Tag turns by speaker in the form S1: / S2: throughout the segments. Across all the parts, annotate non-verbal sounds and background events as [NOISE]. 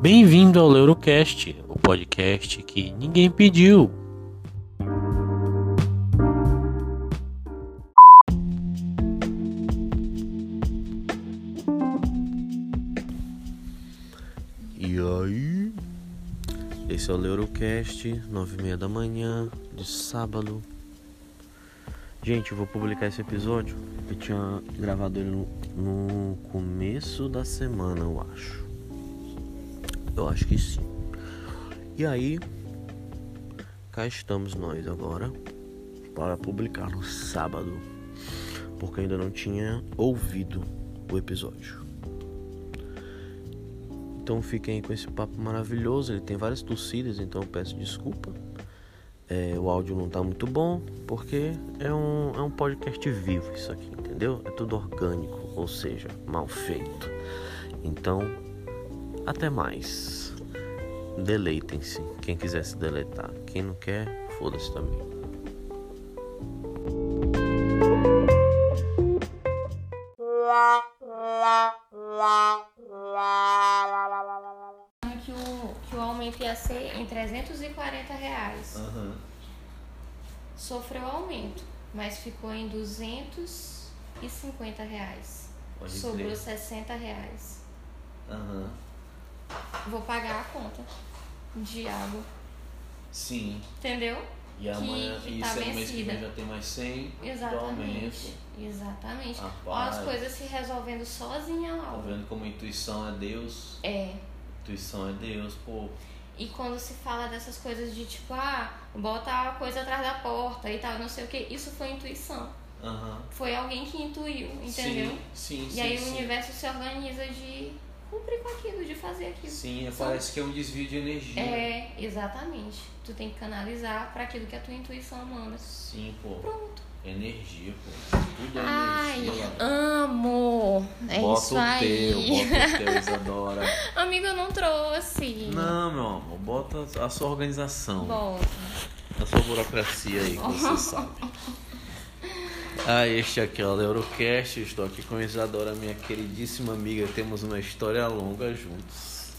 S1: Bem-vindo ao Eurocast, o podcast que ninguém pediu. E aí? Esse é o Eurocast, nove e meia da manhã, de sábado. Gente, eu vou publicar esse episódio. Eu tinha gravado ele no, no começo da semana, eu acho. Eu acho que sim. E aí, cá estamos nós agora para publicar no sábado, porque ainda não tinha ouvido o episódio. Então fiquem aí com esse papo maravilhoso. Ele tem várias tossidas, então eu peço desculpa. É, o áudio não tá muito bom, porque é um, é um podcast vivo isso aqui, entendeu? É tudo orgânico, ou seja, mal feito. Então, até mais. Deleitem-se. Quem quiser se deleitar. Quem não quer, foda-se também.
S2: la la la la la la la
S3: que o, que o aumento ia ser em 340 reais.
S1: Ah.
S3: Sofreu aumento, mas ficou em 250 reais.
S1: Pode
S3: Sobrou
S1: crer.
S3: 60 reais. Vou pagar a conta de água.
S1: Sim.
S3: Entendeu?
S1: E
S3: Que-
S1: amanhã,
S3: que
S1: e
S3: tá
S1: se no mês que vem
S3: vencida.
S1: já tem mais 100 do
S3: Exatamente.
S1: aumento.
S3: Exatamente.
S1: Rapaz.
S3: Olha as coisas se resolvendo sozinha lá.
S1: Tá
S3: ó.
S1: vendo como intuição é Deus?
S3: É.
S1: Intuição é Deus, pô.
S3: E quando se fala dessas coisas de tipo, ah, bota a coisa atrás da porta e tal, não sei o que, isso foi intuição.
S1: Aham.
S3: Foi alguém que intuiu, entendeu?
S1: Sim, sim,
S3: E
S1: sim.
S3: aí o
S1: sim.
S3: universo se organiza de cumprir com aquilo, de fazer aquilo.
S1: Sim, é,
S3: São-
S1: parece que é um desvio de energia.
S3: É, exatamente. Tu tem que canalizar pra aquilo que a tua intuição
S1: É
S3: manda.
S1: Sim, pô.
S3: Pronto.
S1: Energia, pô. Tudo é energia. mano.
S3: amo! É
S1: bota o teu, bota o
S3: [LAUGHS]
S1: teu, Isadora.
S3: Amigo, eu não trouxe.
S1: Não, meu amor, bota a sua organização,
S3: Bom,
S1: a sua burocracia aí, que você sabe. Ah, este aqui é o Eurocast, estou aqui com a Isadora, minha queridíssima amiga. Temos uma história longa juntos.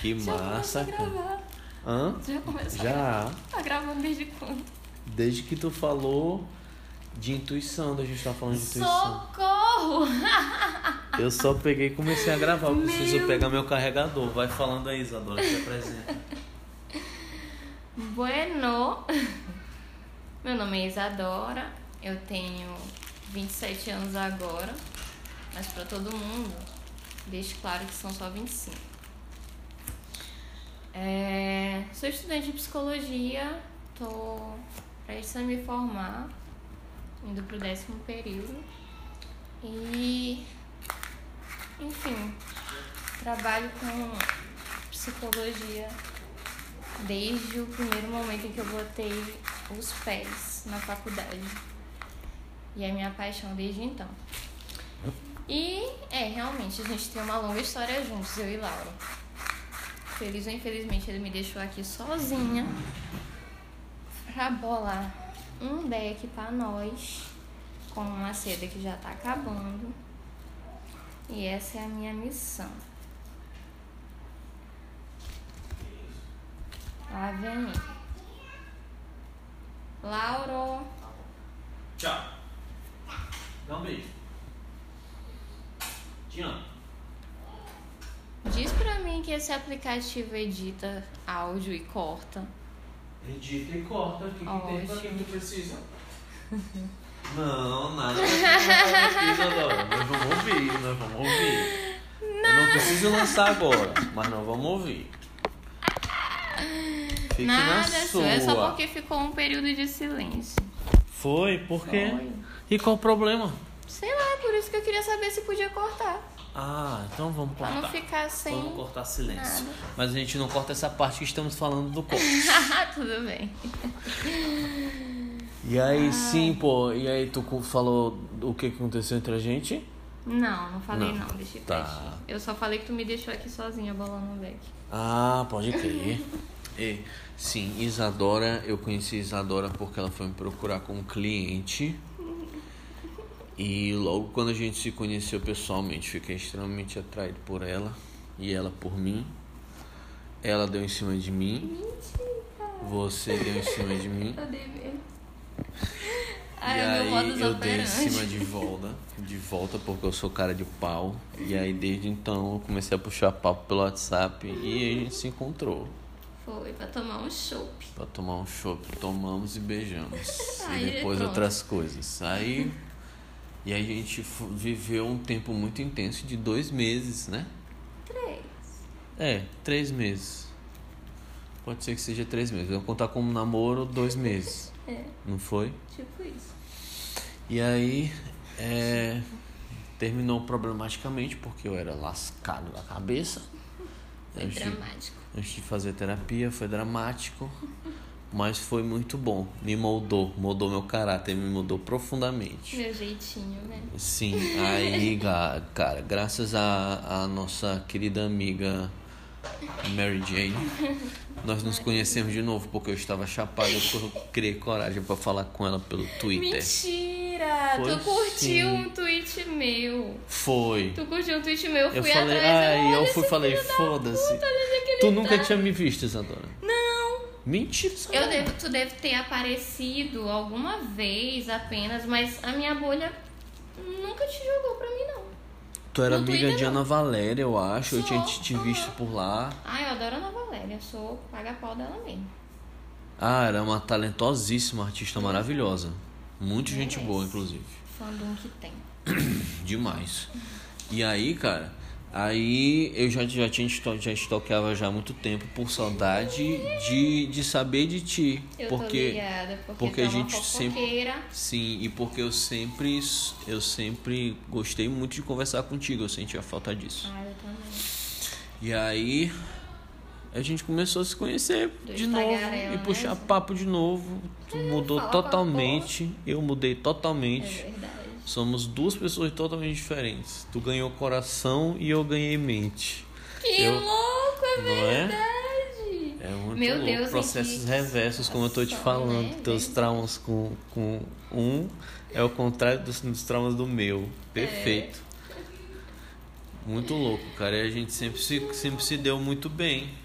S1: Que
S3: já
S1: massa,
S3: começou a
S1: cara.
S3: gravar.
S1: Hã?
S3: Já começou a gravar.
S1: Já,
S3: Tá gravando desde quando?
S1: desde que tu falou de intuição, da gente tá falando de intuição.
S3: Socorro!
S1: Eu só peguei e comecei a gravar, eu preciso
S3: Meu
S1: pegar meu carregador. Vai falando aí, Isadora, se apresenta.
S3: Bueno, [LAUGHS] meu nome é Isadora, eu tenho 27 anos agora, mas pra todo mundo, deixe claro que são só 25. É, sou estudante de psicologia, tô prestes a me formar, indo pro décimo período e, enfim, trabalho com psicologia desde o primeiro momento em que eu botei os pés na faculdade. E é minha paixão desde então. E é, realmente, a gente tem uma longa história juntos, eu e Lauro. Feliz ou infelizmente, ele me deixou aqui sozinha pra bolar um deck pra nós com uma seda que já tá acabando. E essa é a minha missão. Lá vem. Lauro.
S1: Tchau. Dá um beijo. Te amo.
S3: Diz pra mim que esse aplicativo edita áudio e corta.
S1: Edita e corta. O que, que tem pra
S3: Ótimo.
S1: quem tu
S3: [LAUGHS]
S1: precisa? Não, nada. Isadora, nós vamos ouvir, nós vamos ouvir. Eu não preciso lançar agora, mas nós vamos ouvir. Fique na
S3: Nada,
S1: sua.
S3: é só porque ficou um período de silêncio.
S1: Foi, por quê?
S3: Foi.
S1: E qual o problema?
S3: Sei lá, é por isso que eu queria saber se podia cortar.
S1: Ah, então vamos
S3: Pra
S1: cortar.
S3: não ficar sem.
S1: Vamos cortar silêncio.
S3: nada.
S1: Mas a gente não corta essa parte que estamos falando do corpo.
S3: [LAUGHS] Tudo bem.
S1: E aí,
S3: Ah.
S1: sim, pô, e aí tu co- falou o que que aconteceu entre a gente?
S3: Não, não falei
S1: Não.
S3: não, deixei
S1: Tá.
S3: quietinho. Eu só falei que tu me deixou aqui sozinha bolando o deck.
S1: Ah, pode [LAUGHS] crer. e, sim, Isadora, eu conheci Isadora porque ela foi me procurar como cliente. E logo quando a gente se conheceu pessoalmente, fiquei extremamente atraído por ela e ela por mim. Ela deu em cima de mim.
S3: Mentira.
S1: Você deu em cima de mim.
S3: Eu dei mesmo.
S1: e
S3: [LAUGHS] Tá Ai, meu
S1: aí
S3: modus
S1: eu dei em cima
S3: operandi.
S1: de volta. De volta porque eu sou cara de pau. E aí desde então eu comecei a puxar papo pelo WhatsApp e a gente se encontrou.
S3: Foi pra tomar um chopp.
S1: Pra tomar um chopp, tomamos e
S3: [LAUGHS]
S1: beijamos.
S3: Aí,
S1: e depois
S3: pronto.
S1: outras coisas. Aí. E aí a gente fu- viveu um tempo muito intenso de dois meses, né?
S3: Três.
S1: É, três meses. Pode ser que seja três meses. Eu vou contar como namoro dois meses.
S3: [LAUGHS] É,
S1: Não foi?
S3: tipo isso.
S1: E aí. é, terminou problematicamente porque eu era lascado da cabeça.
S3: Foi
S1: Antes É de-
S3: dramático.
S1: antes de fazer terapia, foi dramático, mas foi muito bom. Me moldou, moldou meu caráter, me mudou profundamente.
S3: Meu jeitinho, né?
S1: Sim, aí, ga- cara, graças à à nossa querida amiga Mary Jane, nós nos conhecemos de novo porque eu estava chapado e eu criei coragem para falar com ela pelo Twitter.
S3: Mentira!
S1: Foi
S3: tu curtiu
S1: sim.
S3: um tweet meu.
S1: Foi.
S3: Tu curtiu um tweet meu,
S1: Eu
S3: fui
S1: falei,
S3: atrás.
S1: ai, eu
S3: olha
S1: fui
S3: esse
S1: falei,
S3: filho da
S1: foda-se.
S3: puta, olha onde é que
S1: Tu
S3: ele
S1: nunca
S3: tá.
S1: tinha me visto, Isadora.
S3: Não!
S1: Mentira,
S3: Eu
S1: Isadora.
S3: devo, tu deve ter aparecido alguma vez apenas, mas a minha bolha nunca te jogou pra mim, não.
S1: Tu era
S3: No
S1: amiga
S3: Twitter,
S1: de
S3: não.
S1: Ana Valéria, eu acho. Eu tinha te,
S3: Sou,
S1: te
S3: aham.
S1: visto por lá.
S3: Ah, eu adoro a Ana Valéria, eu sou paga-pau dela mesmo.
S1: Ah, era uma talentosíssima artista maravilhosa. Muito gente boa, inclusive.
S3: Fandom que tem.
S1: Demais. E aí, cara, aí eu já, já tinha esto- já estoqueava já há muito tempo por saudade de, de saber de ti.
S3: Eu tô
S1: porque.
S3: ligada, porque,
S1: porque a
S3: tu é uma
S1: gente sempre-
S3: fofoqueira.
S1: Sim, e porque eu sempre. Eu sempre gostei muito de conversar contigo. Eu sentia falta disso.
S3: Ah, eu também.
S1: E aí a gente começou a se conhecer
S3: Do
S1: de novo
S3: tagarela,
S1: e
S3: né? É,
S1: puxar papo de novo. Tu mudou
S3: fala pra
S1: totalmente, eu mudei
S3: É
S1: totalmente.
S3: verdade.
S1: Somos duas pessoas totalmente diferentes. Tu ganhou coração e eu ganhei mente.
S3: Que
S1: Eu-
S3: louco, é
S1: Não é?
S3: verdade!
S1: É muito
S3: Meu
S1: louco.
S3: Deus,
S1: processos
S3: gente.
S1: reversos, como eu tô te
S3: Nossa,
S1: falando.
S3: né?
S1: Teus
S3: Bem-
S1: traumas com, com um é o contrário dos, dos traumas do meu. Perfeito.
S3: É.
S1: Muito louco, cara. E a gente sempre se, sempre se deu muito bem.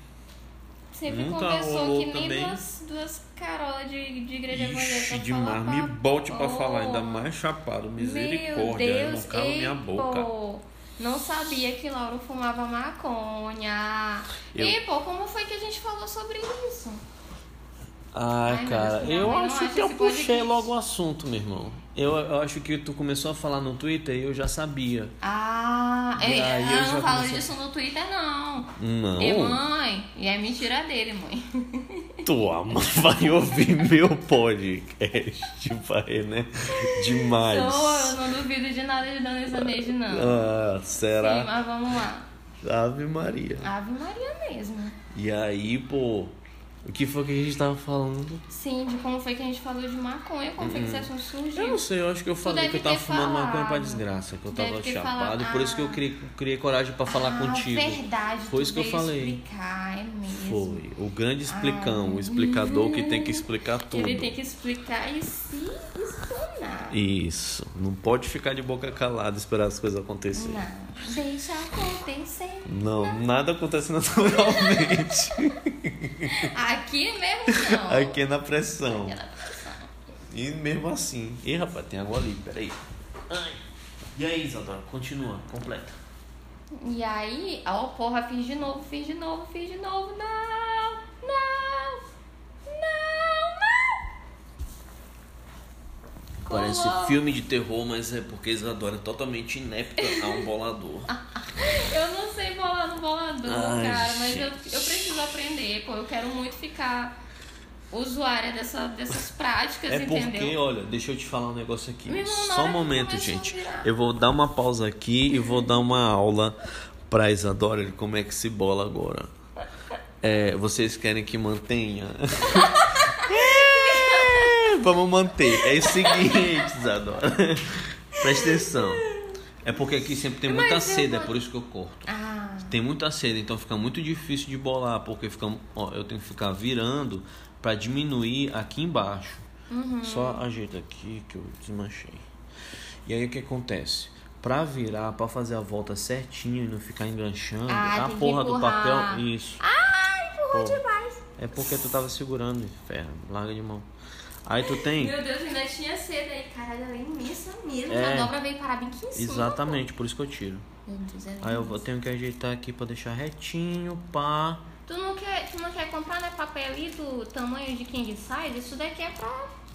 S3: Sempre
S1: Nunca
S3: conversou
S1: tá rolou
S3: que nem
S1: também.
S3: duas, duas carolas de, de igreja
S1: Ixi,
S3: evangélica.
S1: demais.
S3: Fala
S1: Me
S3: pra
S1: bote pra falar, ainda
S3: porra.
S1: mais chapado.
S3: Meu
S1: Misericórdia, eu
S3: Deus,
S1: não calo minha
S3: ei,
S1: boca.
S3: pô, Não sabia que Lauro fumava maconha.
S1: Eu-
S3: E, pô, como foi que a gente falou sobre isso?
S1: Ai,
S3: Ai,
S1: cara,
S3: meu Deus,
S1: eu
S3: minha mãe não
S1: acho
S3: acha
S1: que eu
S3: esse
S1: puxei
S3: podcast.
S1: logo o assunto, meu irmão. Eu, eu acho que tu começou a falar no Twitter e eu já sabia.
S3: Ah,
S1: E
S3: ei,
S1: aí eu
S3: eu
S1: já
S3: não falo
S1: comecei-
S3: disso no Twitter, não.
S1: Não,
S3: E mãe, e é mentira dele, mãe.
S1: tua mãe [LAUGHS] vai ouvir meu podcast, vai, né? Demais.
S3: Então, eu não duvido de nada de Dona Isaneide, não.
S1: Ah, será?
S3: Sim, mas vamos lá.
S1: Ave Maria.
S3: Ave Maria mesmo.
S1: E aí, pô, o que foi que a gente tava falando?
S3: Sim, de como foi que a gente falou de maconha, como foi que esse assunto
S1: Uhum. Eu não
S3: surgiu.
S1: sei, eu acho que eu falei que
S3: deve
S1: eu tava
S3: ter
S1: fumando maconha pra
S3: falado.
S1: desgraça, que eu
S3: Tu
S1: tava
S3: deve ter
S1: chapado,
S3: falado,
S1: por isso que eu
S3: ah.
S1: criei, criei coragem pra falar
S3: ah,
S1: contigo.
S3: verdade.
S1: Foi
S3: tu
S1: isso que eu
S3: veio
S1: falei.
S3: explicar, é mesmo. Ah, hum.
S1: Foi. O grande explicão, o explicador que tem que explicar tudo.
S3: Ele tem que explicar e se explanar.
S1: Isso. Não pode ficar de boca calada e esperar as coisas acontecerem.
S3: Não, deixa acontecer.
S1: Não, nada acontece [LAUGHS] naturalmente.
S3: Aqui mesmo não.
S1: Aqui é na pressão.
S3: Aquela pressão.
S1: E mesmo assim. Ih, rapaz, tem água ali, peraí. Ai. E aí, Isadora, continua, completa.
S3: E aí, ó, porra, fiz de novo, fiz de novo, fiz de novo. Não, não, não, não.
S1: Parece
S3: Colou.
S1: filme de terror, mas é porque Isadora é totalmente inepta a um bolador.
S3: Eu não sei bolar no bolador,
S1: Ai,
S3: cara, mas eu, eu
S1: gente.
S3: preciso aprender, pô. Eu quero muito ficar usuária dessa, dessas práticas,
S1: É porque,
S3: entendeu?
S1: olha, deixa eu te falar um negócio aqui.
S3: Meu irmão, é na
S1: Só um
S3: hora que
S1: momento,
S3: começou a
S1: gente.
S3: virar.
S1: Eu vou dar uma pausa aqui e vou dar uma aula pra Isadora de como é que se bola agora. É, vocês querem que mantenha? [LAUGHS] É, Vamos manter. É o seguinte, Isadora. Presta atenção. É porque aqui sempre tem muita
S3: Mas eu
S1: seda, é
S3: vou-
S1: por isso que eu corto.
S3: Ah,
S1: Tem muita seda, então fica muito difícil de bolar, porque fica, ó, eu tenho que ficar virando pra diminuir aqui embaixo.
S3: Uhum.
S1: Só ajeita aqui que eu desmanchei. E aí o que acontece? Pra virar, pra fazer a volta certinho e não ficar enganchando,
S3: Ah,
S1: a
S3: tem que
S1: porra do
S3: empurrar.
S1: papel. Isso.
S3: Ai,
S1: Pô, é porque tu tava segurando, ferro. Larga de mão. Aí tu tem.
S3: Meu Deus, ainda tinha cedo aí. Caralho, ela é imensa mesmo.
S1: É.
S3: A dobra veio parar bem aqui em cima.
S1: Exatamente, por isso que eu tiro.
S3: Meu Deus, é
S1: Aí eu
S3: imensa.
S1: vou, tenho que ajeitar aqui pra deixar retinho, pá.
S3: Tu não quer, tu não quer comprar, né, papelito tamanho de king size? Isso daqui é pra,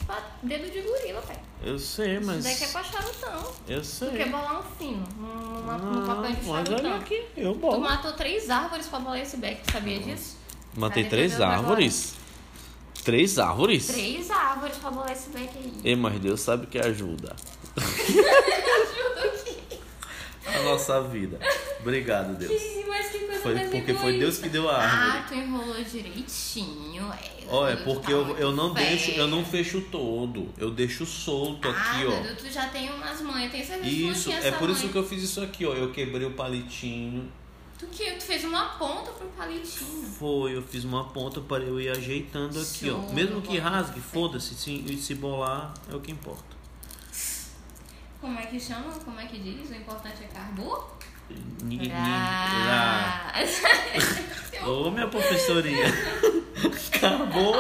S3: pra dedo de gorila, pai.
S1: Eu sei,
S3: Isso daqui é
S1: mas.
S3: pra charutão.
S1: Eu
S3: Tu quer
S1: sei.
S3: bolar um sino num- numa- no
S1: Ah,
S3: papel de
S1: mas olha
S3: charutão.
S1: aqui, eu
S3: Tu
S1: bolo.
S3: matou três árvores pra bolar esse beck, tu sabia disso?
S1: Matei
S3: Tá
S1: três
S3: defendendo agora.
S1: árvores. Três árvores?
S3: Três árvores pra bolar esse beck aí.
S1: E mas Deus sabe que ajuda. É.
S3: [LAUGHS]
S1: A nossa vida. Obrigado, Deus.
S3: Que- Mas que coisa
S1: Foi
S3: mais
S1: porque foi
S3: egoísta.
S1: Deus que deu a árvore.
S3: Ah, tu enrolou direitinho. É,
S1: Ó, é
S3: tu
S1: porque
S3: tá
S1: eu,
S3: muito
S1: eu não
S3: velho.
S1: deixo, eu não fecho todo. Eu deixo solto aqui,
S3: ah,
S1: ó.
S3: Dudu, tu já tem umas manhas, tem certeza que tu não
S1: Isso,
S3: tinha
S1: é
S3: essa
S1: por isso
S3: manha.
S1: que eu fiz isso aqui, ó. Eu quebrei o palitinho.
S3: Tu, que, tu fez uma ponta pro palitinho.
S1: Foi, eu fiz uma ponta para eu ir ajeitando aqui, ó.
S3: Show,
S1: Mesmo que
S3: bom.
S1: rasgue, foda-se, se, se bolar, é o que importa.
S3: Como é que chama? Como é que diz? O importante é carbo?
S1: Ni- ni- ra.
S3: Pra-
S1: Ô, minha professoria. [LAUGHS] Acabou.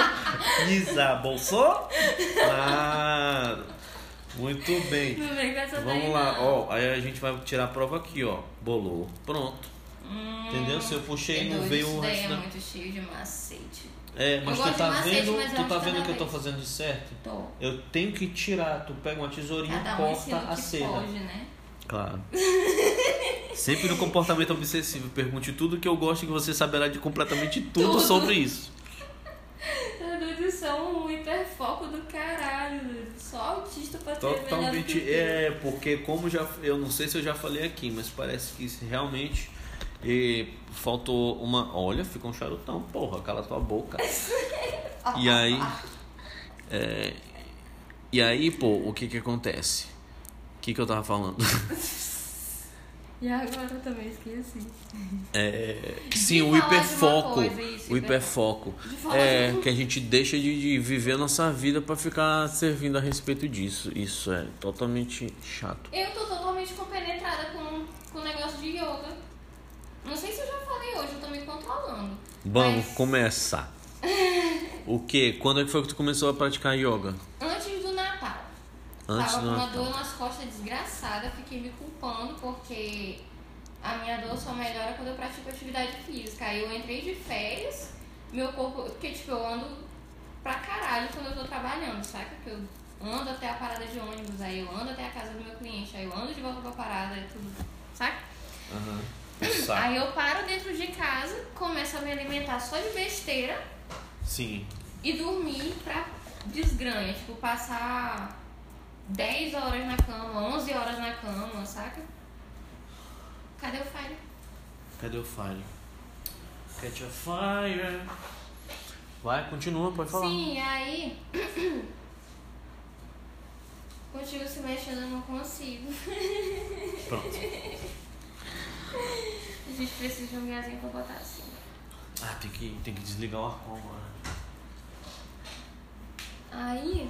S1: Desabolsou? Claro. Muito bem.
S3: [LAUGHS] Não vem com essa daí,
S1: Vamos lá,
S3: não.
S1: ó. Aí a gente vai tirar a prova aqui, ó. Bolou. Pronto.
S3: Hum,
S1: Entendeu? Se eu puxei, não
S3: Edu,
S1: veio
S3: isso
S1: o
S3: daí
S1: resto
S3: é
S1: da-
S3: muito cheio de macete.
S1: É, mas
S3: Eu
S1: tu
S3: gosto
S1: tá
S3: de macete,
S1: vendo, tu
S3: mas eu
S1: tá
S3: acho que é
S1: vendo
S3: cada
S1: que eu tô
S3: vez.
S1: fazendo de certo?
S3: Tô.
S1: Eu tenho que tirar. Tu pega uma tesourinha e
S3: Cada um
S1: corta
S3: ensina o
S1: a
S3: que
S1: seda.
S3: pode, né?
S1: Claro. [LAUGHS] Sempre no comportamento obsessivo, pergunte tudo que eu gosto que você saberá de completamente tudo.
S3: Tudo.
S1: sobre isso.
S3: Meu Deus, isso é um hiperfoco do caralho, Dudu. Só autista pra ter
S1: Totalmente.
S3: melhor
S1: É, porque como já. Eu não sei se eu já falei aqui, mas parece que isso realmente. eh, faltou uma. Olha, fica um charutão, porra, cala tua
S3: [LAUGHS]
S1: boca. E aí. eh, e aí, pô, o que que acontece? O que que eu tava falando? [LAUGHS]
S3: E agora eu também esqueci.
S1: É, sim, o
S3: falar de uma
S1: hiperfoco.
S3: coisa, isso, né?
S1: o hiperfoco.
S3: De falar
S1: É,
S3: de um-
S1: que a gente deixa de, de viver a nossa vida pra ficar servindo a respeito disso. Isso é totalmente chato.
S3: Eu tô totalmente compenetrada com, com o negócio de yoga. Não sei se eu já falei hoje, eu tô me controlando.
S1: Vamos
S3: Mas
S1: começar. o que? Quando é que foi que tu começou a praticar yoga?
S3: Antes do Natal.
S1: Antes
S3: Tava
S1: do
S3: com uma
S1: Natal.
S3: dor nas costas desgraçada, fiquei me culpando porque a minha dor só melhora quando eu pratico atividade física. Aí eu entrei de férias, meu corpo. Porque, tipo, eu ando pra caralho quando eu tô trabalhando, saca? Que eu ando até a parada de ônibus, aí eu ando até a casa do meu cliente, aí eu ando de volta pra parada e tudo, saca?
S1: Aham. Saco.
S3: Aí eu paro dentro de casa, começo a me alimentar só de besteira
S1: Sim.
S3: e dormir pra desgranha, tipo, passar 10 horas na cama, 11 horas na cama, saca? Cadê o Fire?
S1: Cadê o fire? Catch a fire. Vai, continua, pode falar.
S3: Sim, e aí. [CLEARS THROAT] Contigo se mexendo, eu não consigo. [LAUGHS]
S1: Pronto.
S3: A gente precisa de um gazinho pra botar assim.
S1: Ah, tem que, tem que desligar o né? arco agora.
S3: Aí.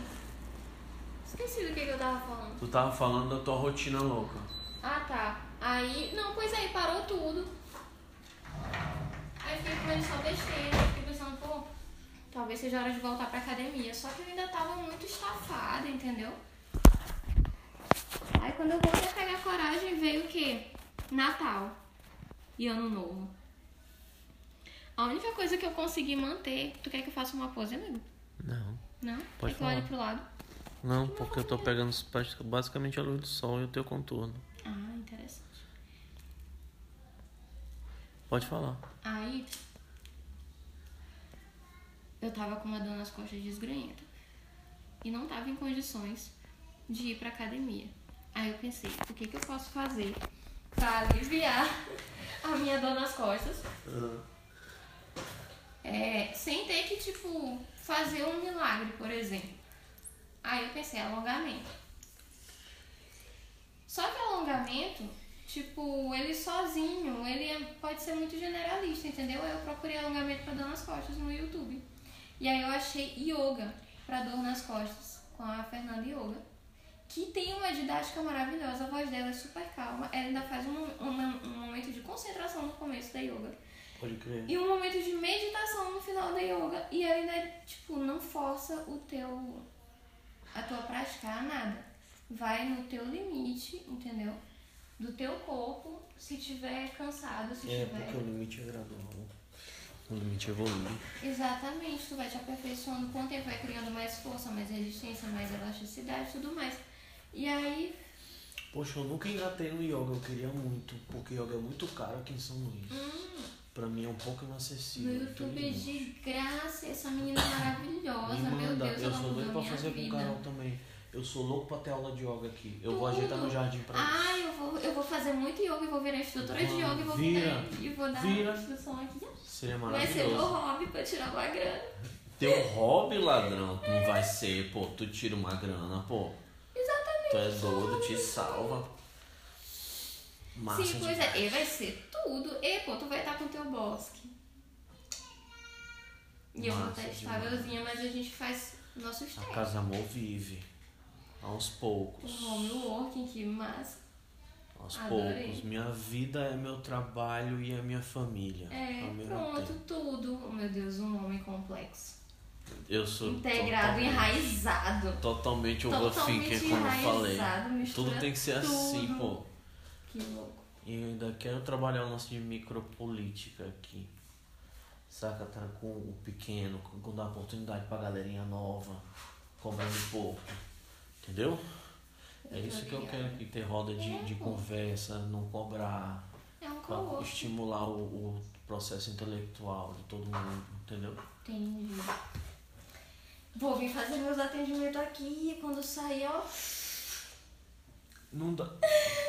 S3: Esqueci do que, que eu tava falando.
S1: Tu tava falando da tua rotina louca.
S3: Ah, tá. Aí, não, pois aí, parou tudo. Aí eu fiquei comendo só besteira, fiquei pensando, pô, talvez seja hora de voltar pra academia. Só que eu ainda tava muito estafada, entendeu? Aí quando eu voltei a pegar coragem, veio o quê? Natal e Ano Novo. A única coisa que eu consegui manter. Tu quer que eu faça uma pose, amigo?
S1: Não.
S3: Não?
S1: Pode
S3: quer que eu olhe
S1: falar.
S3: pro lado?
S1: Não, porque eu tô pegando basic- basicamente a luz do sol e o teu contorno.
S3: Ah, interessante.
S1: Pode falar.
S3: Aí eu tava com uma dor nas costas desgranhenta e não tava em condições de ir pra academia. Aí eu pensei, o que que eu posso fazer pra aliviar [LAUGHS] a minha dor nas costas? É, sem ter que, tipo, fazer um milagre, por exemplo. Aí eu pensei, alongamento. Só que alongamento, tipo, ele sozinho, ele é- pode ser muito generalista, entendeu? Aí Eu procurei alongamento pra dor nas costas no YouTube. E aí eu achei yoga pra dor nas costas, com a Fernanda Yoga. Que tem uma didática maravilhosa, a voz dela é super calma. Ela ainda faz um, um- um momento de concentração no começo da yoga.
S1: Pode crer.
S3: E um momento de meditação no final da yoga. E ainda, tipo, não força o teu. a tua prática a nada. Vai no teu limite, entendeu? Do teu corpo, se tiver cansado, se
S1: É,
S3: tiver.
S1: porque o limite é gradual. O limite evolui.
S3: Exatamente, tu vai te aperfeiçoando com o tempo, vai criando mais força, mais resistência, mais elasticidade e tudo mais. E aí,
S1: Poxa, eu nunca engatei no yoga, eu queria muito, porque yoga é muito caro aqui em São Luís. Pra mim é um pouco inacessível.
S3: no YouTube é
S1: infelizmente.
S3: de graça, essa menina é maravilhosa,
S1: Me
S3: meu
S1: manda,
S3: Deus,
S1: eu
S3: ela
S1: sou
S3: mudou
S1: doido pra
S3: minha
S1: fazer com o
S3: vida.
S1: Carol também. Eu sou louco pra ter aula de yoga aqui. Eu vou
S3: Tudo.
S1: ajeitar no jardim pra isso.
S3: Ah, eu vou, eu vou fazer muito yoga, eu vou virar instrutora de
S1: Vamos,
S3: yoga e vou,
S1: vira,
S3: virar- e vou dar
S1: vira.
S3: instrução aqui.
S1: Seria
S3: Vai ser meu
S1: maravilhoso.
S3: hobby pra tirar uma grana. É.
S1: Teu hobby, ladrão, tu não vai ser, pô. Tu tira uma grana, pô.
S3: Exatamente.
S1: Tu é doido, te salva. Massa
S3: Sim, pois
S1: demais.
S3: é, e vai ser tudo. E pô, tu vai estar com o teu bosque. E eu vou
S1: Massa
S3: estar
S1: demais.
S3: estávelzinha, mas a gente faz nossos
S1: A
S3: testes.
S1: Casa Amor vive. Aos poucos.
S3: O home working, que massa.
S1: Aos
S3: Adorei.
S1: poucos. Minha vida é meu trabalho e é minha família.
S3: É,
S1: ao mesmo
S3: pronto,
S1: tempo.
S3: tudo. Oh, meu Deus, um homem complexo.
S1: Eu sou
S3: Integrado,
S1: totalmente-
S3: enraizado.
S1: Totalmente
S3: Totalmente
S1: overthinker, como eu falei.
S3: enraizado, mistura
S1: Tudo tem que ser assim,
S3: tudo.
S1: pô.
S3: Que louco.
S1: E eu ainda quero trabalhar o lance de micropolítica aqui. Saca, tá com o pequeno, com com dar oportunidade pra galerinha nova, cobrando um pouco. Entendeu? É
S3: Eu tô
S1: isso que eu
S3: ligada.
S1: quero aqui, ter roda de, de conversa, não cobrar,
S3: É um
S1: pra
S3: co
S1: estimular o, o processo intelectual de todo mundo, entendeu?
S3: Entendi. Vou vir fazer meus atendimentos aqui e quando sair, ó.
S1: Não dá.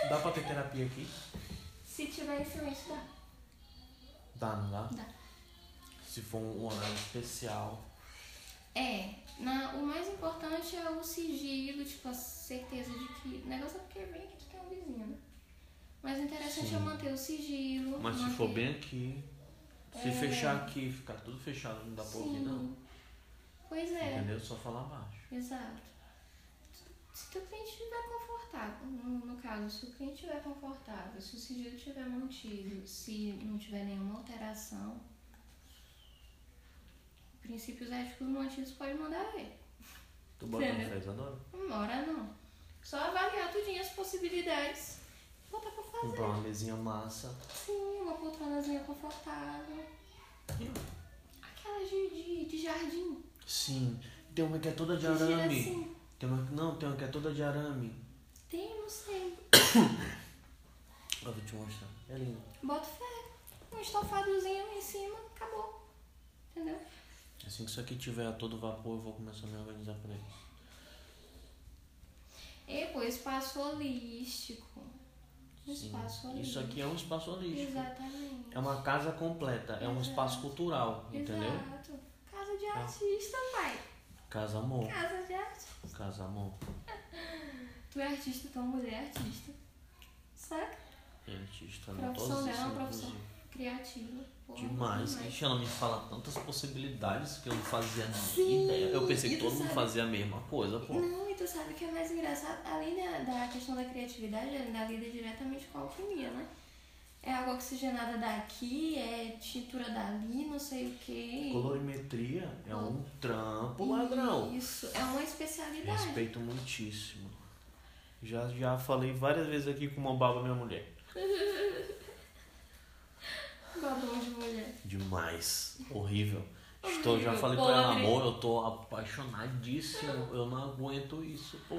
S1: Dá pra ter terapia aqui?
S3: Se tiver em tá? silêncio, dá.
S1: Dá, não dá?
S3: Dá.
S1: Se for um horário especial.
S3: É, na, o mais importante é o sigilo, tipo, a certeza de que. O negócio é porque vem que tu tem um vizinho, né? Mas o interessante é manter o sigilo.
S1: Mas se
S3: manter-
S1: for bem aqui, se
S3: É.
S1: fechar aqui, ficar tudo fechado, não dá pra ouvir,
S3: Sim.
S1: não.
S3: Pois é,
S1: Entendeu? Só falar baixo.
S3: exato. Se teu cliente estiver confortável, no, no caso, se o cliente estiver confortável, se o sigilo estiver mantido, se não tiver nenhuma alteração, princípios éticos mantidos pode mandar ele.
S1: Tu bota no
S3: Sério? Tá
S1: fez, adora.
S3: Uma hora não. Só avaliar tudinho as possibilidades. Botar pra fazer.
S1: Comprar uma mesinha massa.
S3: Sim, uma poltronazinha confortável. Aquela de, de, de jardim.
S1: Sim. Tem uma que é toda de
S3: Que gira
S1: arame.
S3: assim.
S1: Tem uma, não, tem uma que é toda de arame.
S3: Tem, não sei.
S1: Eu vou te mostrar. É lindo.
S3: Bota fé. Um estofadozinho em cima, acabou. Entendeu?
S1: Assim que isso aqui tiver a todo vapor, eu vou começar a me organizar pra isso.
S3: E É, pô, espaço holístico. Um espaço
S1: Sim. Isso
S3: holístico.
S1: aqui é um espaço holístico.
S3: Exatamente.
S1: É uma casa completa, é um
S3: Exato.
S1: espaço cultural, entendeu? É.
S3: Exato. Casa de artista, pai.
S1: Casa amor,
S3: Casa de artista.
S1: casa amor.
S3: Tu é artista, tua mulher é artista. Saca?
S1: É artista, não
S3: Profissão
S1: todos
S3: dela é
S1: são,
S3: uma profissão
S1: inclusive.
S3: criativa. porra,
S1: Demais.
S3: demais.
S1: Ixi, ela me fala tantas possibilidades que eu não fazia nem
S3: Sim,
S1: ideia. Eu pensei
S3: e
S1: que
S3: tu
S1: todo mundo
S3: sabe-
S1: fazia a mesma coisa, pô.
S3: Não, e tu sabe o que é mais engraçado? Além da, da questão da criatividade, ela ainda lida diretamente com a alquimia, né? É água oxigenada daqui, é tintura dali, não sei o quê.
S1: Colorimetria é um trampo, ladrão.
S3: Isso, é uma especialidade.
S1: Respeito muitíssimo. Já, já falei várias vezes aqui com uma baba minha mulher.
S3: Babão de mulher.
S1: Demais. Horrível. Estou, já falei com
S3: Podre.
S1: ela, amor, eu tô apaixonadíssimo. Eu não aguento isso, pô.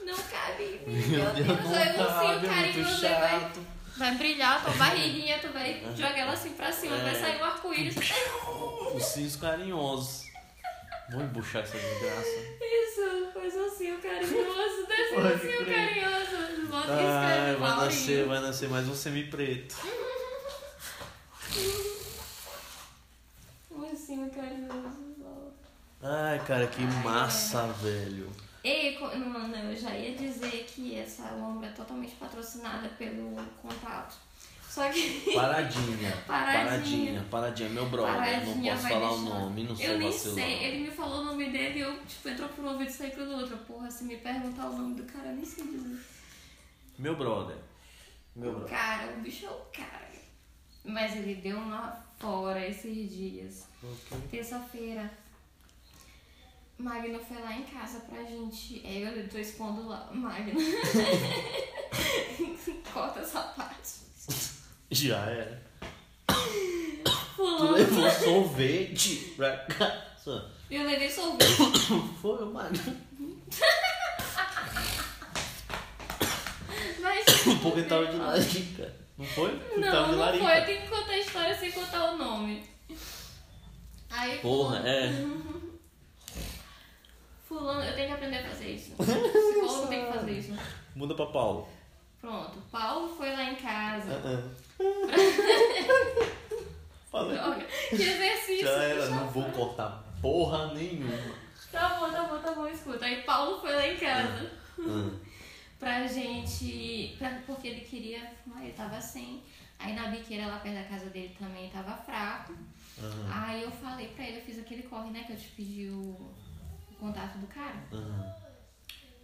S3: Não
S1: [LAUGHS]
S3: cabe. Meu,
S1: Meu Deus, não
S3: aí
S1: cabe,
S3: assim, um você
S1: é muito
S3: carinhoso aí vai
S1: chato.
S3: Vai brilhar a tua barriguinha, tu vai jogar ela assim pra cima,
S1: É.
S3: vai sair um arco-íris.
S1: Os cinhos carinhosos. Vou embuchar essa desgraça.
S3: Isso, faz assim o carinhoso, desce
S1: Pode
S3: assim o
S1: crer.
S3: carinhoso. Bota esse
S1: Ai,
S3: cara
S1: vai nascer,
S3: Maurinho.
S1: vai nascer mais um semi-preto.
S3: Um ursinho carinhoso. ó.
S1: Ai, cara, que massa, velho.
S3: E, co- não, não, eu já ia dizer que essa lombra é totalmente patrocinada pelo contato. Só que.
S1: Paradinha.
S3: Paradinha.
S1: Paradinha, paradinha, meu brother.
S3: Ah,
S1: né? não
S3: Paradinha
S1: posso
S3: vai
S1: falar o
S3: deixar.
S1: nome, não sou
S3: Eu nem
S1: vacilão.
S3: sei, ele me falou o nome dele e eu, tipo, entrou por um ouvido e saí pelo outro. Porra, se me perguntar o nome do cara, eu nem sei dizer.
S1: Meu brother. Meu
S3: O
S1: brother.
S3: cara, o bicho é o cara. Mas ele deu uma fora esses dias. Terça-feira. Magno foi lá em casa pra gente. É, eu tô expondo lá.
S1: [LAUGHS]
S3: Magno. [LAUGHS] Corta essa parte.
S1: Já era. Tu
S3: Fulano.
S1: levou sorvete pra casa.
S3: Eu levei
S1: [COUGHS]
S3: sorvete.
S1: Foi, Magno.
S3: Mas.
S1: Porque tava de larica. Não foi? Porque
S3: Não,
S1: tava de
S3: não
S1: larica.
S3: foi. Eu tenho que contar a história sem contar o nome. Aí.
S1: Porra,
S3: fulano-
S1: é.
S3: Fulano, eu tenho que aprender a fazer
S1: [LAUGHS]
S3: isso. Psicólogo tem que fazer isso.
S1: Muda pra
S3: [LAUGHS]
S1: Paulo.
S3: Pronto. Paulo foi lá em casa.
S1: [LAUGHS] Falei.
S3: Droga, que exercício.
S1: Já era,
S3: deixa
S1: não
S3: eu
S1: vou
S3: falar.
S1: cortar porra nenhuma.
S3: Tá bom, tá bom, tá bom, escuta. Aí Paulo foi lá em casa pra gente. Pra, porque ele queria fumar, ele tava sem. Aí na biqueira lá perto da casa dele também tava fraco. Aí eu falei pra ele, eu fiz aquele corre, né? Que eu te pedi o, o contato do cara.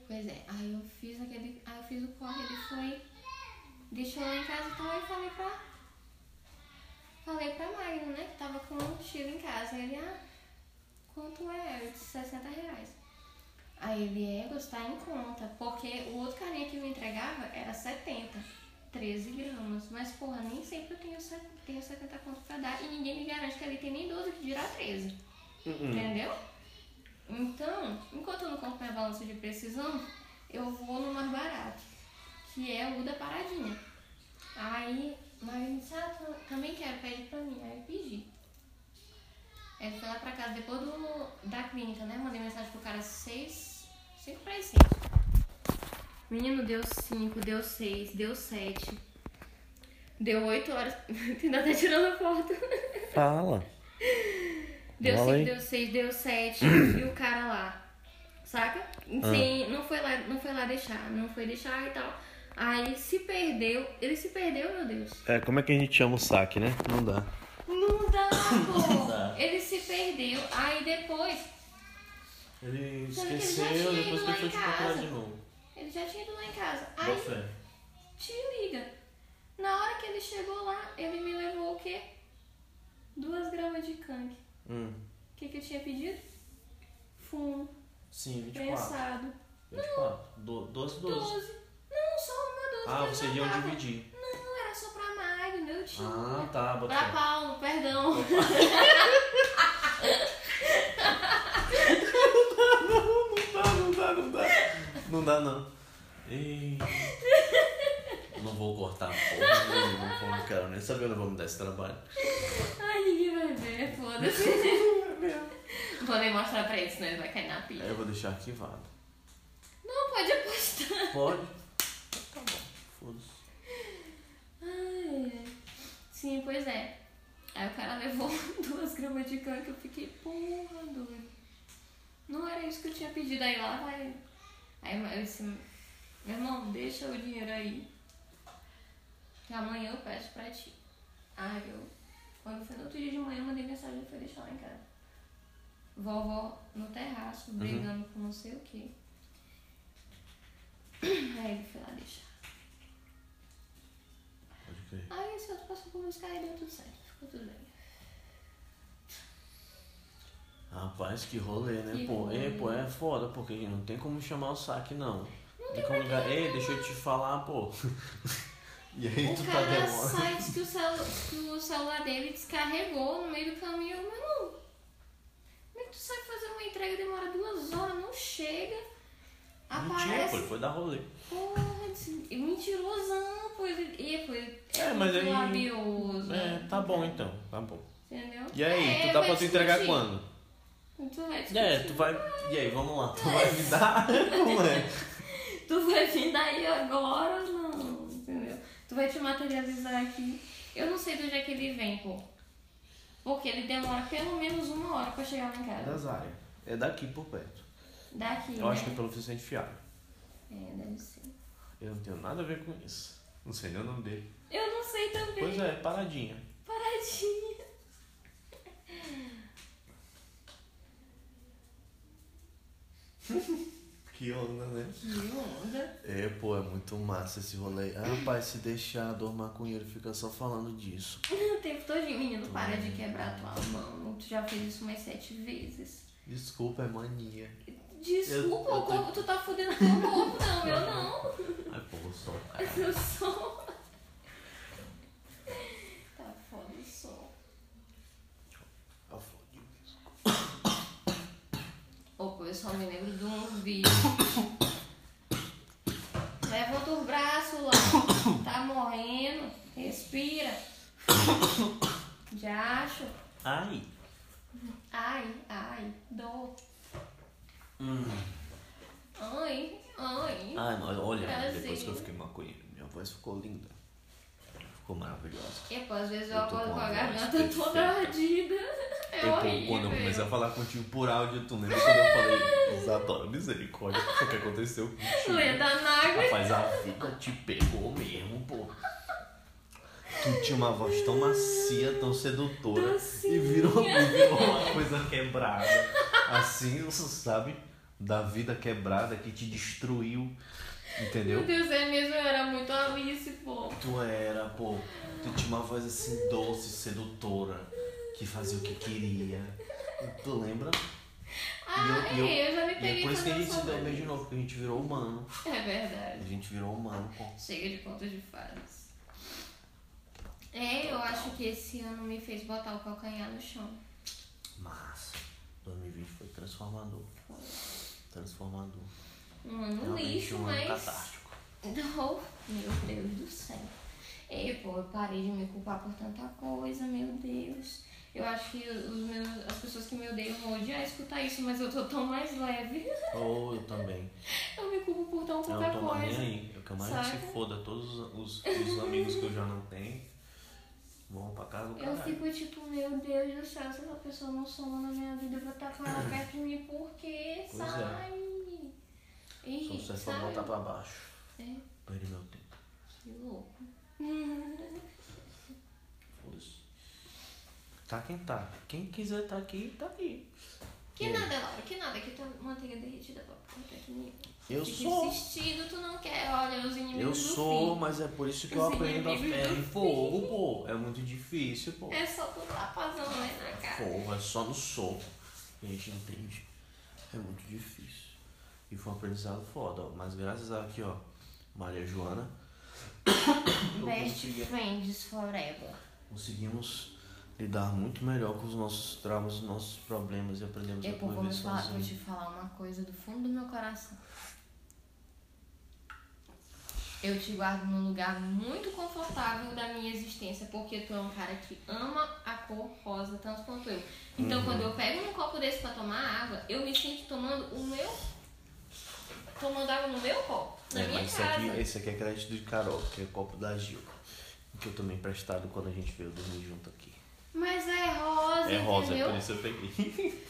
S3: Pois é, aí eu fiz aquele. Aí eu fiz o corre, ele foi. Deixou lá em casa e tal, aí eu falei pra. Falei pra Magno, né? Que tava com um Chile em casa. Aí ele, ah, quanto é? Eu disse 60 reais. Aí ele é gostar em conta, porque o outro carinha que me entregava era 70, 13 gramas. Mas, porra, nem sempre eu tenho, se- tenho 70 conto pra dar e ninguém me garante que ali tem nem 12 que dirá 13.
S1: Hum.
S3: Entendeu? Então, enquanto eu não compro minha balança de precisão, eu vou no mais barato, que é o da paradinha. Aí, Magno disse, ah, tu- também quero, pede pra mim. Aí eu pedi. Ele foi lá pra casa depois do, da clínica, né? Mandei mensagem pro cara seis cinco pra 6. Menino, deu cinco deu seis deu sete Deu oito horas. [LAUGHS] Ainda tá tirando a foto.
S1: Fala.
S3: Deu
S1: Fala aí.
S3: cinco deu seis deu sete e o cara lá. Saca? Sim, não foi lá, não foi lá deixar, não foi deixar e tal. Aí se perdeu, ele se perdeu, meu Deus.
S1: É, como é que a gente chama o saque, né? Não dá.
S3: Não dá,
S1: dá.
S3: pô. ele se perdeu. Aí depois
S1: Ele
S3: Sendo que ele já esqueceu, tinha depois ido lá tentou em te procurar casa. de
S1: novo.
S3: ele já tinha ido lá em casa. Aí te liga. Na hora que ele chegou lá, ele me levou o quê? Duas gramas de canque.
S1: Hum.
S3: O que, que eu tinha pedido? Fumo,
S1: Sim,
S3: prensado.
S1: 24. 12,
S3: Doze. Não, só uma doze.
S1: Ah,
S3: que eu já tava.
S1: dividir.
S3: Não, era só pra Magno, eu tinha.
S1: tá,
S3: Pra Paulo, perdão.
S1: Ah, Não dá, não dá. Não dá,
S3: [LAUGHS]
S1: não. Ih. Não vou cortar porra nenhuma, pô, não quero nem saber, eu não vou me dar esse trabalho.
S3: Ai, ninguém vai ver, foda-se. Vou nem mostrar pra eles, senão ele vai cair na pilha.
S1: É, eu vou deixar arquivado.
S3: Não, pode apostar.
S1: Pode? Tá bom, foda-se.
S3: Ai, ai. Sim, pois é. Aí o cara levou [LAUGHS] duas gramas de cana que eu fiquei, porra, doido. Não era isso que eu tinha pedido. Aí lá vai. Aí eu disse, meu irmão, deixa o dinheiro aí. Que amanhã eu peço pra ti. Aí eu, quando foi no outro dia de manhã, eu mandei mensagem e foi deixar lá em casa. Vovó no terraço, brigando com não sei o que. Aí ele foi lá deixar.
S1: Pode crer.
S3: Aí esse outro passou por buscar e deu tudo certo. Ficou tudo bem.
S1: Rapaz, que rolê, né?
S3: Que
S1: pô,
S3: rolê.
S1: É, pô, é foda, porque não tem como chamar o saque, não. Tem como ligar, ei, deixa eu te falar,
S3: [LAUGHS]
S1: pô. E aí tu
S3: O
S1: tá
S3: cara é
S1: demorando.
S3: sai diz que o, celu que o celular dele descarregou no meio do caminho. Mas não. Como é que tu sabe fazer uma entrega? Demora duas horas, não chega.
S1: Não tinha, pô,
S3: Aparece.
S1: ele foi dar rolê.
S3: Porra, desse- e mentirosão, pô. Ele, e, pô, ele é,
S1: É, mas
S3: muito
S1: aí-
S3: labioso.
S1: É, tá bom então, tá bom.
S3: Entendeu?
S1: E aí,
S3: É,
S1: tu dá
S3: vai
S1: pra tu entregar
S3: discutir.
S1: quando?
S3: Tu vai discutir.
S1: É, tu vai. E aí, vamos lá, tu vai me dar? [LAUGHS] Como é?
S3: Tu vai vir daí agora ou não? Entendeu? Tu vai te materializar aqui. Eu não sei de onde é que ele vem, pô. Porque ele demora pelo menos uma hora pra chegar lá em casa.
S1: áreas. É daqui por perto.
S3: Daqui,
S1: Eu
S3: né?
S1: acho que é pelo Vicente Fiado.
S3: É, deve ser.
S1: Eu não tenho nada a ver com isso. Não sei nem o nome dele.
S3: Eu não sei também.
S1: Pois é, paradinha.
S3: Paradinha.
S1: Que onda, né?
S3: Que onda.
S1: É, pô, é muito massa esse rolê. Ah, Rapaz, se deixar dor maconheiro fica só falando disso.
S3: [LAUGHS] O tempo todinho, menino, para de quebrar tua mão. Tu já fez isso umas sete vezes.
S1: Desculpa, é mania.
S3: Desculpa,
S1: Eu- eu
S3: o corpo, tu tá fudendo com o
S1: [LAUGHS]
S3: corpo, não, eu não.
S1: Ai, pô, só.
S3: Eu sou. [LAUGHS] Tá foda, eu sou.
S1: Eu fodi mesmo.
S3: Opa, eu só me lembro de um vídeo. [COUGHS] Levanta os braços lá. Tá morrendo. Respira. Já acho.
S1: Ai.
S3: Ai, ai, dor. Ai, ai.
S1: Ai, mas olha,
S3: Prazer.
S1: depois que eu fiquei maconheiro, minha voz ficou linda. Ficou maravilhosa.
S3: Epa, às vezes eu
S1: Eu tô
S3: acordo
S1: com
S3: com
S1: uma
S3: a
S1: voz
S3: garganta toda
S1: perfeita.
S3: ardida. É
S1: Eu,
S3: horrível.
S1: quando eu comecei a falar contigo por áudio, tu lembra quando eu falei, Isadora, misericórdia, o que aconteceu contigo?
S3: Lenda
S1: [LAUGHS]
S3: Nagra.
S1: Rapaz, a vida te pegou mesmo, pô. Tu tinha uma voz tão macia, tão sedutora.
S3: Docinha.
S1: E um virou, e virou uma coisa quebrada. Assim, você sabe, da vida quebrada que te destruiu. Entendeu?
S3: Meu Deus, é mesmo, eu era muito Alice, pô.
S1: Tu era, pô. Tu tinha uma voz assim doce, sedutora, que fazia o que queria. Tu lembra?
S3: Ah,
S1: E eu- e
S3: é, eu já me
S1: E é
S3: peguei
S1: por isso que a
S3: fazendo
S1: gente se deu
S3: saudade.
S1: bem de novo, porque a gente virou humano.
S3: É
S1: A
S3: verdade.
S1: gente virou humano, pô.
S3: Chega de contos de fadas. É, eu acho que esse ano me fez botar o calcanhar no chão.
S1: Mas 2020 foi transformador.
S3: Foi.
S1: Transformador.
S3: Um ano
S1: Realmente
S3: lixo,
S1: um ano
S3: mas.
S1: catártico.
S3: Não, meu Deus do céu. É, pô, eu parei de me culpar por tanta coisa, meu Deus. Eu acho que os meus, as pessoas que me odeiam vão odiar escutar isso, mas eu tô tão mais leve.
S1: Ou Oh, eu também.
S3: Eu me culpo por tão
S1: Eu
S3: pouca
S1: não tô mais
S3: coisa.
S1: nem aí. Eu quero mais que
S3: saca?
S1: se foda. Todos os, os amigos que eu já não tenho vão pra casa do
S3: Eu
S1: caralho.
S3: fico tipo, meu Deus do céu, se essa pessoa não soma na minha vida, eu vou estar com ela perto de mim, por
S1: é.
S3: quê?
S1: Pois é.
S3: Sai!
S1: Só
S3: Ih,
S1: você só
S3: sabe?
S1: voltar pra baixo.
S3: É,
S1: Perdi meu tempo.
S3: que louco.
S1: Foda-se. Tá quem tá. Quem quiser tá aqui, tá aqui.
S3: Que
S1: E aí?
S3: nada, Laura, que nada, que tua manteiga derretida pra puta que me-
S1: Eu
S3: Fica
S1: sou.
S3: insistindo, tu não quer, olha, os inimigos
S1: Eu
S3: do
S1: sou,
S3: fim.
S1: mas é por isso que eu
S3: Os
S1: aprendo a
S3: inimigos
S1: ferro
S3: do
S1: e fogo, pô. É muito difícil, pô.
S3: É só tu tapazão lá né, na cara.
S1: Porra, é só no soco. A gente entende. É muito difícil. E foi um aprendizado foda, ó. Mas graças a aqui, ó, Maria
S3: [COUGHS]
S1: Joana, eu
S3: Best
S1: consegui-
S3: friends forever.
S1: conseguimos lidar muito melhor com os nossos traumas, os nossos problemas e aprendemos
S3: Eu
S1: a
S3: pô, vou,
S1: conviver
S3: me falar, vou
S1: sozinho.
S3: te falar uma coisa do fundo do meu coração. Eu te guardo num lugar muito confortável da minha existência, porque tu é um cara que ama a cor rosa tanto quanto eu. Então, quando
S1: Uhum.
S3: eu pego um copo desse pra tomar água, eu me sinto tomando o meu. tomando água no meu copo, na
S1: É,
S3: minha
S1: mas esse
S3: casa.
S1: aqui, esse aqui é crédito de Carol, que é copo da Gil. Que eu tomei emprestado quando a gente veio dormir junto aqui.
S3: Mas é rosa,
S1: É rosa, é
S3: entendeu?
S1: por isso eu peguei.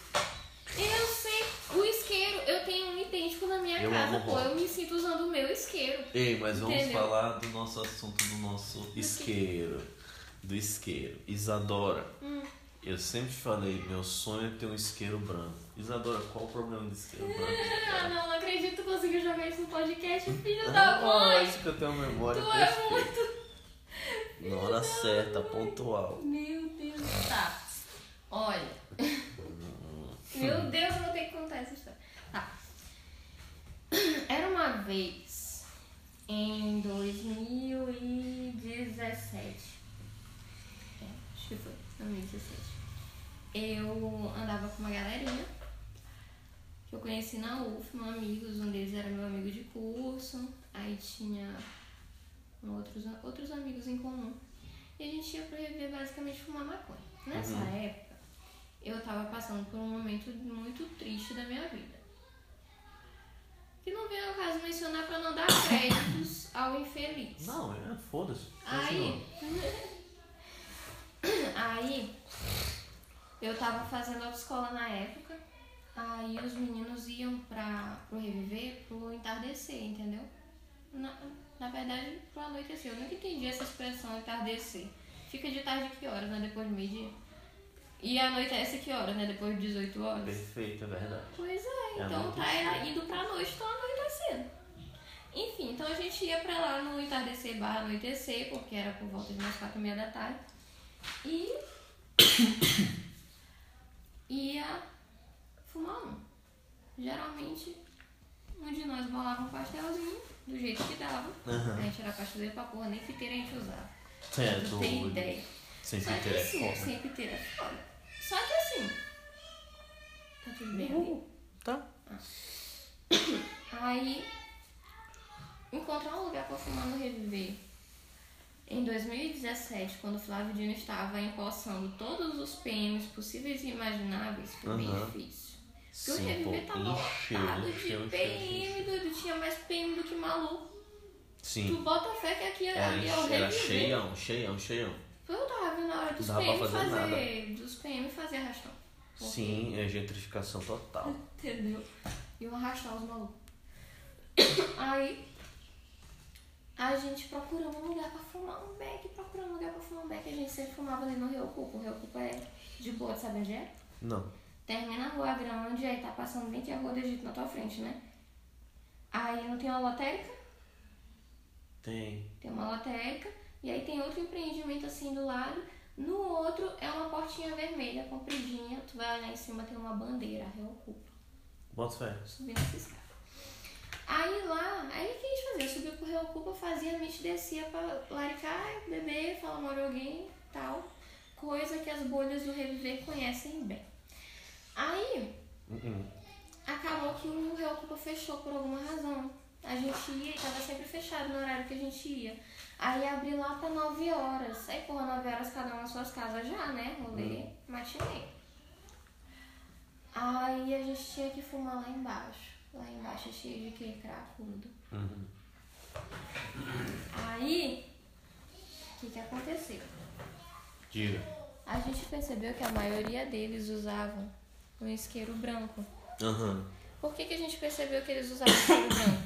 S3: Eu sei, o isqueiro, eu tenho um idêntico na minha
S1: Eu
S3: casa,
S1: amo
S3: pô.
S1: rosa.
S3: Eu me sinto usando o meu isqueiro.
S1: Ei, mas vamos
S3: Entendeu?
S1: falar do nosso assunto, do nosso isqueiro. Do isqueiro. Isadora,
S3: Hum.
S1: eu sempre falei, meu sonho é ter um isqueiro branco. Isadora, qual o problema do isqueiro
S3: Ah, [LAUGHS]
S1: branco?
S3: não, não acredito que conseguiu jogar isso no podcast, filho da
S1: Ah,
S3: mãe!
S1: lógico que eu tenho uma memória
S3: Tá Tu é
S1: perfeita.
S3: muito.
S1: Na hora certa, pontual.
S3: Meu Deus, tá. Olha. Meu Deus, eu vou ter que contar essa história. Tá. Era uma vez em 2017. É, acho que foi 2017. Eu andava com uma galerinha que eu conheci na UFMA, amigos, um deles era meu amigo de curso, aí tinha um outros, outros amigos em comum. E a gente ia pro rever basicamente fumar maconha. Nessa época, eu tava passando por um momento muito triste da minha vida. Que não vem ao caso mencionar pra não dar créditos ao infeliz.
S1: Não, é foda-se.
S3: Aí.
S1: Continua.
S3: Aí. Eu tava fazendo autoescola na época. Aí os meninos iam pra, pro reviver pro entardecer, entendeu? Na, na verdade, pro anoitecer. Eu nunca entendi essa expressão entardecer. Fica de tarde que horas, né? Depois de é meio-dia. E anoitece que horas, né? Depois de 18 horas.
S1: Perfeito, é verdade.
S3: Pois é, Então
S1: muito
S3: tá era indo pra noite, então a noite tá cedo. Enfim, então a gente ia pra lá no entardecer barra anoitecer, porque era por volta de umas quatro e meia da tarde. E [COUGHS] ia fumar um. Geralmente, um de nós bolava um pastelzinho, do jeito que dava. A gente era pasteleiro pra porra, nem fiteira a gente usava.
S1: É,
S3: Não tem ideia.
S1: doido. Sem
S3: Só que
S1: fita é
S3: assim,
S1: foda.
S3: sem piteira é foda. Só que assim. Tá tudo bem ali?
S4: Tá.
S3: Aí encontrar um lugar pra fumar no reviver. Em 2017, quando Flávio Dino estava empossando todos os PMs possíveis e imagináveis, foi bem
S1: Aham.
S3: difícil. Porque o
S1: Sim, pô.
S3: reviver tava tá lotado
S1: Encheu, encheu,
S3: de
S1: encheu, encheu.
S3: PM, doido, tinha mais PM do que maluco. Tu
S1: Sim.
S3: bota fé que aqui é, ali é o
S1: Era, era
S3: reviver.
S1: cheião, cheião, cheião.
S3: Eu tava vendo a hora dos
S1: Não dava
S3: PM
S1: pra fazer
S3: fazer. Dos PM fazer arrastão. Porque-
S1: Sim, é gentrificação
S3: [LAUGHS]
S1: total.
S3: Entendeu? Iam arrastar os malucos. Aí a gente procurando um lugar pra fumar um beck, procurando um lugar pra fumar um beck. A gente sempre fumava ali no Rio Cuco. O Rio Cuco é de boa, tu sabe onde é?
S1: Não.
S3: Termina a rua grande, aí tá passando bem que a rua do Egito na tua frente, né? Aí não tem uma lotérica,
S1: Tem.
S3: tem uma lotérica, e aí tem outro empreendimento assim do lado. No outro é uma portinha vermelha, compridinha. Tu vai olhar em cima, tem uma bandeira, Rio Cuco.
S1: Bota fé.
S3: subindo essa escada. Aí lá, aí o que a gente fazia? Eu subia pro Rio Cuba, fazia, a gente descia pra laricar, beber, falar mal de alguém tal. Coisa que as bolhas do Reviver conhecem bem. Aí,
S1: Uh-uh,
S3: acabou que o Rio Cuba fechou por alguma razão. A gente ia e tava sempre fechado no horário que a gente ia. Aí abriu lá pra 9 horas. Aí, porra, 9 horas cada um nas suas casas já, né? Rolê, matinei. Aí a gente tinha que fumar lá embaixo. Lá embaixo é cheio de que cracudo. Aí, o que, que aconteceu?
S1: Diga.
S3: A gente percebeu que a maioria deles usavam um isqueiro branco.
S1: Aham.
S3: Por que, que a gente percebeu que eles usavam isqueiro branco?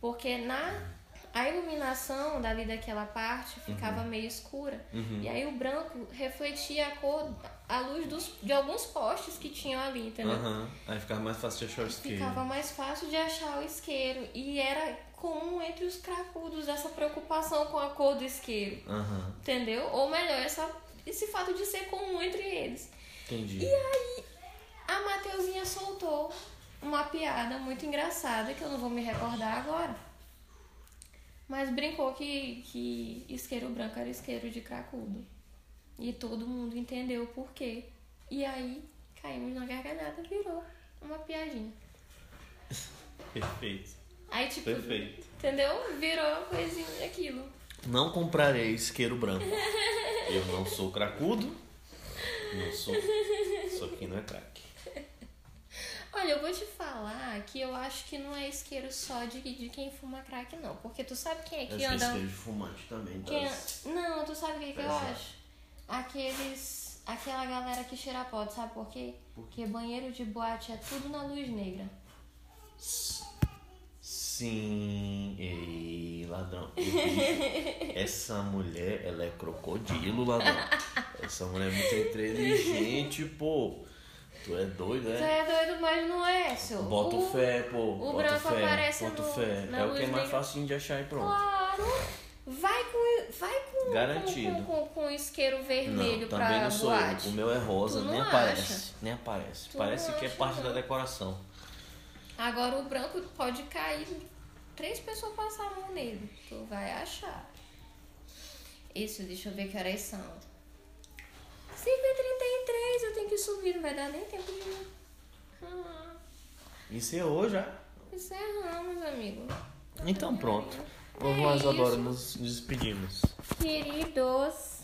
S3: Porque na a iluminação dali daquela parte ficava meio escura. E aí o branco refletia a cor, a luz dos, de alguns postes que tinham ali, entendeu?
S1: Aham. Aí ficava mais fácil de achar o isqueiro.
S3: Ficava mais fácil de achar o isqueiro. E era comum entre os cracudos essa preocupação com a cor do isqueiro.
S1: Aham.
S3: Entendeu? Ou melhor, essa, esse fato de ser comum entre eles.
S1: Entendi.
S3: A Mateuzinha soltou uma piada muito engraçada que eu não vou me recordar agora. Mas brincou que, que isqueiro branco era isqueiro de cracudo. E todo mundo entendeu o porquê. E aí caímos na gargalhada, virou uma piadinha.
S1: Perfeito.
S3: Aí, tipo,
S1: Perfeito.
S3: entendeu? Virou uma coisinha aquilo.
S1: Não comprarei isqueiro
S3: [LAUGHS]
S1: branco. Eu não sou cracudo. Não sou. Isso aqui não é crack.
S3: Olha, eu vou te falar que eu acho que não é isqueiro só de, de quem fuma crack, não. Porque tu sabe quem é
S1: Eu
S3: que
S1: sou
S3: anda.
S1: isqueiro de fumante também, tá?
S3: Quem é- Não, tu sabe o que, que eu
S1: Exato.
S3: acho? Aqueles. Aquela galera que cheira a pó, tu sabe por quê? Porque banheiro de boate é tudo na luz negra.
S1: Sim, ei,
S3: [LAUGHS]
S1: ladrão. Eu vi. Essa mulher, ela é crocodilo, ladrão. Essa mulher é muito inteligente, pô. Tu é doido,
S3: Tu
S1: é?
S3: é doido, mas não é, seu.
S1: Bota o fé, pô. Bota o
S3: branco
S1: fé.
S3: aparece
S1: Bota o
S3: no-
S1: fé.
S3: na
S1: É o
S3: luz
S1: que é mais
S3: negra.
S1: facinho de achar e pronto.
S3: Claro! Vai com. Vai com.
S1: Garantido.
S3: Com, com, com isqueiro vermelho
S1: Não,
S3: pra
S1: também não sou
S3: boate.
S1: eu. O meu é rosa,
S3: Tu não
S1: nem
S3: acha?
S1: aparece. Nem aparece.
S3: Tu
S1: Parece
S3: não
S1: que é
S3: acha,
S1: parte
S3: não.
S1: da decoração.
S3: Agora o branco pode cair, três pessoas passaram nele. Tu vai achar. Isso, deixa eu ver que horas são. 5h33, eu tenho que subir, não vai dar nem tempo de mim. Ah,
S1: Encerrou já.
S3: encerramos, amigo.
S1: Então pronto. Vamos
S3: É
S1: nós agora
S3: isso.
S1: nos despedimos.
S3: Queridos,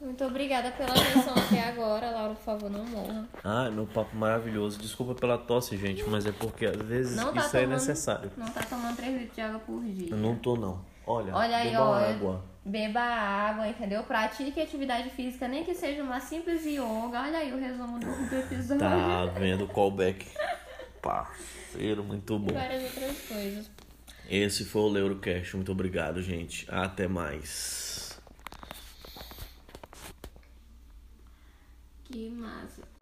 S3: muito obrigada pela atenção até agora. Laura, por favor, não morra.
S1: Ah, meu papo maravilhoso. Desculpa pela tosse, gente, mas é porque às vezes
S3: Não tá
S1: isso é
S3: tomando-
S1: necessário.
S3: Não tá tomando 3 litros de água por dia.
S1: Eu não tô, não. Olha,
S3: Olha aí,
S1: beba
S3: ó.
S1: água.
S3: Beba água, entendeu? Pratique atividade física, nem que seja uma simples yoga. Olha aí o resumo do, do episódio.
S1: Tá vendo o callback. Parceiro, muito
S3: E
S1: bom.
S3: Várias outras coisas.
S1: Esse foi o Leurocast. Muito obrigado, gente. Até mais.
S3: Que massa.